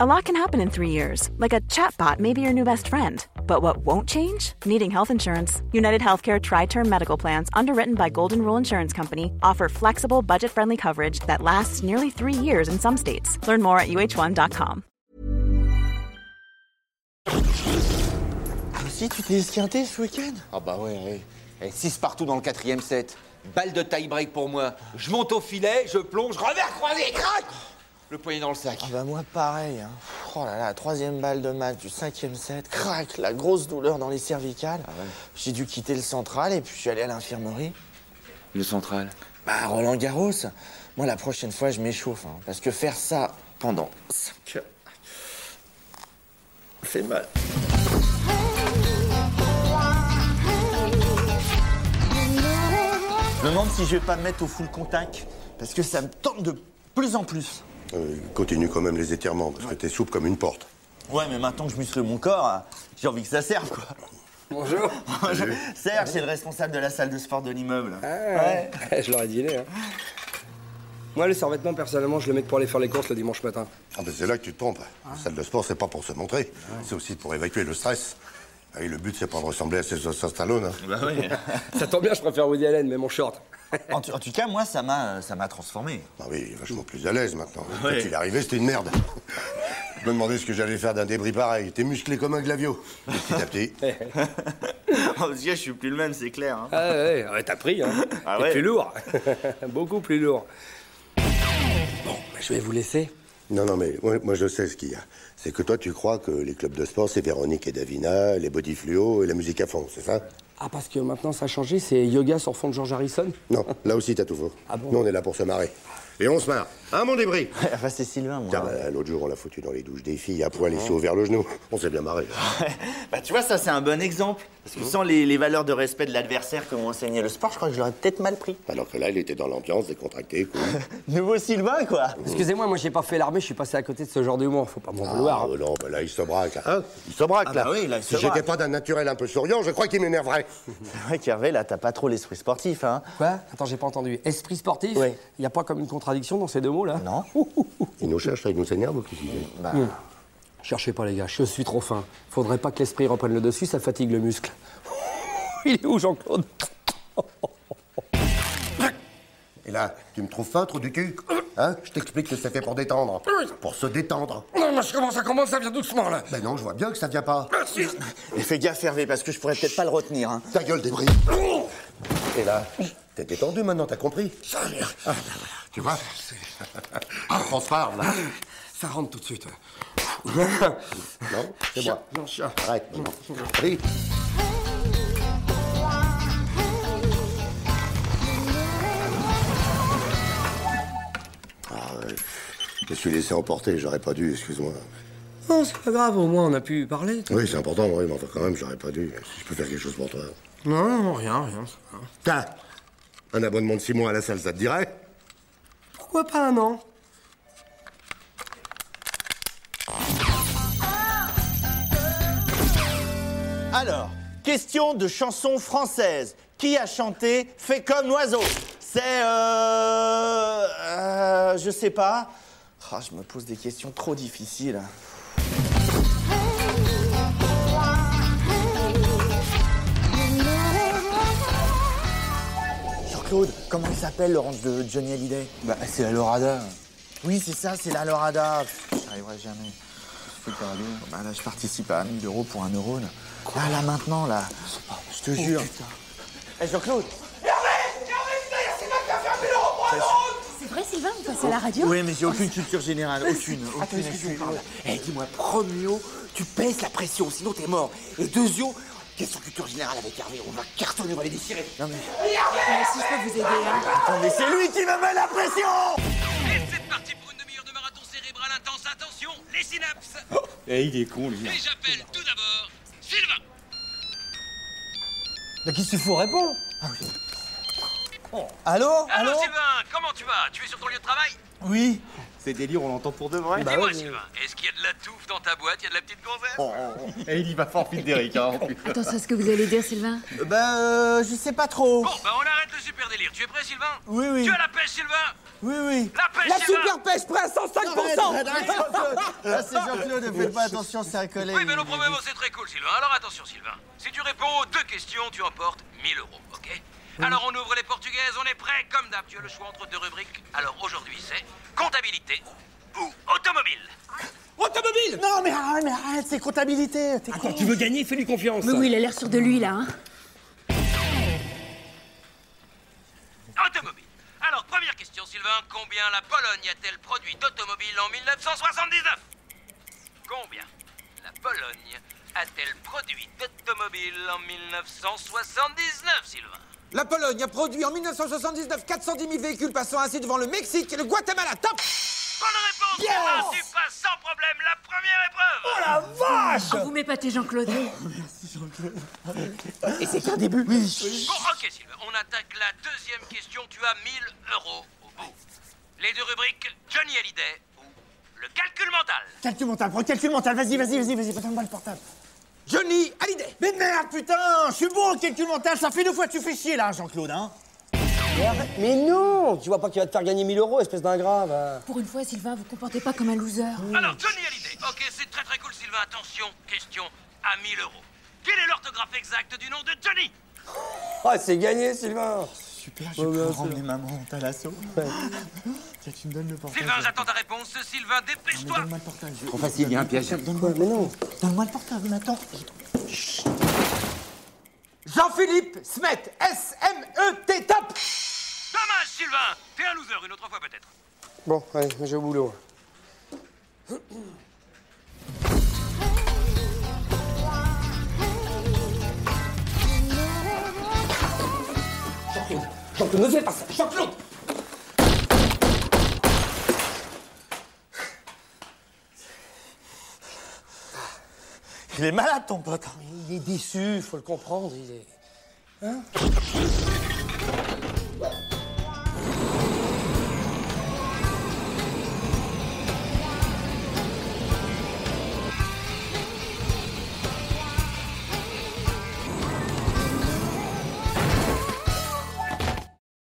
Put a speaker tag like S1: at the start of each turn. S1: A lot can happen in three years, like a chatbot may be your new best friend. But what won't change? Needing health insurance. United Healthcare Tri Term Medical Plans, underwritten by Golden Rule Insurance Company, offer flexible, budget friendly coverage that lasts nearly three years in some states. Learn more at uh1.com.
S2: Toi aussi, tu t'es esquinté ce week-end
S3: Ah bah ouais, ouais. Et 6 partout dans le quatrième set. Balle de tie-break pour moi. Je monte au filet, je plonge, revers croisé, crac Le poignet dans le sac.
S2: Ah bah moi pareil. hein. Oh là là, troisième balle de match du cinquième set, crac, la grosse douleur dans les cervicales. J'ai dû quitter le central et puis je suis allé à l'infirmerie.
S3: Le central.
S2: Bah Roland Garros, moi la prochaine fois je m'échauffe, hein, parce que faire ça pendant 5 heures, fait mal. Je me demande si je vais pas me mettre au full contact, parce que ça me tente de plus en plus.
S4: Euh, continue quand même les étirements, parce que t'es souple comme une porte.
S2: Ouais, mais maintenant que je muscle mon corps, euh, j'ai envie que ça serve, quoi.
S5: Bonjour.
S2: Serge, c'est le responsable de la salle de sport de l'immeuble.
S5: je l'aurais dit, hein. Moi, les survêtements, personnellement, je le mets pour aller faire les courses le dimanche matin.
S4: Ah ben c'est là que tu te trompes. La salle de sport, c'est pas pour se montrer, c'est aussi pour évacuer le stress. Ah oui, le but, c'est pas de ressembler à César Stallone. hein.
S5: Ça tombe bien, je préfère Woody Allen, même en short.
S2: En, tout- en tout cas, moi, ça m'a, euh, ça m'a transformé.
S4: Ah oui, il est vachement plus à l'aise maintenant. Quand il est arrivé, c'était une merde. Je me demandais ce que j'allais faire d'un débris pareil. T'es musclé comme un glavio. Et Petit à petit.
S2: En tout cas, je suis plus le même, c'est clair. hein.
S5: Ah ouais, ouais, t'as pris, hein.
S2: Ah
S5: T'es
S2: ouais.
S5: plus lourd. Beaucoup plus lourd. Bon, bah, je vais vous laisser.
S4: Non, non, mais moi, moi, je sais ce qu'il y a. C'est que toi, tu crois que les clubs de sport, c'est Véronique et Davina, les body fluo et la musique à fond, c'est ça
S5: Ah, parce que maintenant, ça a changé, c'est yoga sur fond de George Harrison
S4: Non, là aussi, t'as tout faux. Nous, on est là pour se marrer. Et on se marre. Hein, mon débris
S2: Enfin, c'est Sylvain, moi.
S4: Tiens, bah, l'autre jour, on l'a foutu dans les douches des filles, à poil, ici, au vers le genou. On s'est bien marré.
S2: Bah, tu vois, ça, c'est un bon exemple. Parce que sans les, les valeurs de respect de l'adversaire que m'ont enseigné le sport, je crois que je l'aurais peut-être mal pris.
S4: Alors que là, il était dans l'ambiance, décontracté, cool.
S2: Nouveau Sylvain, quoi.
S5: Excusez-moi, moi, j'ai pas fait l'armée, je suis passé à côté de ce genre d'humour, faut pas m'en
S4: Ah,
S5: vouloir. hein.
S4: oh non, bah là, il se braque, là. Hein il se braque,
S2: Ah
S4: là.
S2: bah oui, là, il se
S4: si j'étais
S2: braque.
S4: pas d'un naturel un peu souriant, je crois qu'il m'énerverait.
S2: C'est vrai qu'Hervé, là, t'as pas trop l'esprit sportif, hein.
S5: Quoi Attends, j'ai pas entendu. Esprit sportif
S2: Ouais.
S5: Y a pas comme une contradiction dans ces deux mots, là
S2: Non
S4: Il nous cherche, il nous énerve, ou qu'est-ce qu'il fait
S2: Bah,
S5: Cherchez pas, les gars, je suis trop fin. Faudrait pas que l'esprit reprenne le dessus, ça fatigue le muscle. Il est où, Jean-Claude
S4: Et là, tu me trouves fin, trou du cul Hein Je t'explique que ça fait pour détendre. Pour se détendre.
S5: Non, moi, je commence, ça commence, ça vient doucement, là
S4: Ben non, je vois bien que ça vient pas.
S2: Mais fais gaffe, Hervé, parce que je pourrais peut-être pas le retenir, hein.
S4: Ta gueule, débris Et là, t'es détendu maintenant, t'as compris Ah, Tu vois On se parle, là.
S5: Ça rentre tout de suite.
S4: Non C'est moi. Arrête, maintenant. Allez. Ah ouais. Je me suis laissé emporter, j'aurais pas dû, excuse-moi.
S5: Non, c'est pas grave, au moins, on a pu parler.
S4: Oui, c'est important, oui, mais enfin, quand même, j'aurais pas dû. Si je peux faire quelque chose pour toi.
S5: Non, non, rien, rien.
S4: Tiens, un abonnement de 6 mois à la salle, ça te dirait
S5: Pourquoi pas un an
S2: Alors, question de chanson française. Qui a chanté Fais comme l'oiseau C'est. Euh, euh, Je sais pas. Ah, je me pose des questions trop difficiles. Jean-Claude, comment il s'appelle Laurence de Johnny Hallyday Bah, c'est la Lorada. Oui, c'est ça, c'est la Lorada. J'arriverai jamais. Je peux pas aller. Bah, là, je participe à 1000 euros pour un euro. Là, Ah, là maintenant, là. Je te jure. Eh, Jean-Claude
S6: C'est vrai, Sylvain, vous passez à la radio
S2: Oh,
S6: Ah,
S2: Oui, mais j'ai aucune culture générale. Aucune. aucune
S7: Eh, dis-moi, Promio, tu baisses la pression, sinon t'es mort. Et Dezio, question culture générale avec Hervé, on va cartonner, on va les déchirer. Eh,
S2: Non, mais...
S6: Mais si je peux vous aider, hein.
S2: Ah, Attendez, c'est lui qui me met la pression
S8: Et c'est parti pour une demi-heure de marathon cérébral intense. Attention, les synapses.
S9: Eh, il est con, lui.
S8: Et j'appelle tout d'abord Sylvain.
S2: Mais qu'est-ce qu'il faut répondre Allô Allô
S8: Ah, Allô Sylvain, comment tu vas Tu es sur ton lieu de travail
S2: Oui. C'est- Ces délires, on l'entend pour de vrai.
S5: Bah
S8: Dis-moi,
S5: ouais, mais-
S8: Sylvain, est-ce qu'il y a de la touffe dans ta boîte Il y a de la petite gonzesse
S2: Et Eh, il y va fort vite, Derek. Hein, en plus.
S9: Attends, c'est ce que vous allez dire, Sylvain
S7: Bah, euh, je sais pas trop.
S8: Bon, bah on arrête le super délire. Tu es prêt, Sylvain
S7: Oui, oui.
S8: Tu as la pêche, Sylvain
S7: Oui, oui.
S8: La pêche,
S7: La
S8: Sylvain
S7: super pêche, prêt à 105%
S2: Là, Ah, c'est Jean-Claude, ne faites pas attention, c'est un collègue.
S8: Oui, mais nos problèmes, c'est très cool, Sylvain. Alors attention, Sylvain. Si tu réponds aux deux questions, tu emportes 1000 euros, ok Alors on ouvre les portugaises, on est prêt. Comme d'hab, tu as le choix entre deux rubriques. Alors aujourd'hui, c'est comptabilité ou automobile.
S7: Automobile Non, mais arrête, mais arrête, c'est comptabilité. T'es con.
S5: Tu veux gagner, fais-lui confiance.
S9: Mais oui, il a l'air sûr de lui, là. Hein
S8: Automobile. Alors, première question, Sylvain. Combien la Pologne a-t-elle produit d'automobiles en 1979 Combien la Pologne a-t-elle produit d'automobiles en 1979, Sylvain
S7: La Pologne a produit en 1979 410 000 véhicules passant ainsi devant le Mexique et le Guatemala. Top
S8: Bonne réponse, Sylvain. Tu passes sans problème la première épreuve
S9: Oh, vous m'épatez, Jean-Claude.
S7: Oh, Et c'est qu'un début.
S8: Bon, ok, Sylvain, on attaque la deuxième question. Tu as 1000 euros au bout. Les deux rubriques, Johnny Hallyday ou le calcul mental.
S7: Calcul mental, prends calcul mental, vas-y, vas-y, vas-y, vas-y, donne-moi le portable. Johnny Hallyday Mais merde, putain Je suis bon au calcul mental, ça fait deux fois que tu fais chier, là, Jean-Claude, hein
S5: Mais non Tu vois pas qu'il va te faire gagner 1000 euros, espèce d'ingrave. hein.
S9: Pour une fois, Sylvain, vous comportez pas comme un loser.
S8: Alors, Johnny Hallyday. Ok, c'est très très cool, Sylvain. Attention, question à 1000 euros. Quelle est l'orthographe exacte du nom de Johnny
S5: Ah, c'est gagné, Sylvain
S2: Super, je peux rendre les mamans, t'as l'assaut. Tiens, tu me donnes le portable.
S8: Sylvain, j'attends ta réponse. Sylvain,
S2: Mais
S8: dépêche-toi.
S2: Donne-moi le portable. je-
S7: Facile, il y a un piège.
S5: Quoi, Mais non
S2: Donne-moi le portable, Nathan.
S7: Jean-Philippe Smet, S-M-E-T, top
S8: Dommage, Sylvain. T'es un loser, une autre fois peut-être.
S5: Bon, allez, j'ai au boulot. Jean-Claude, Jean-Claude, ne fais pas ça Jean-Claude
S2: Il est malade, ton pote.
S5: Il est déçu, faut le comprendre, il est...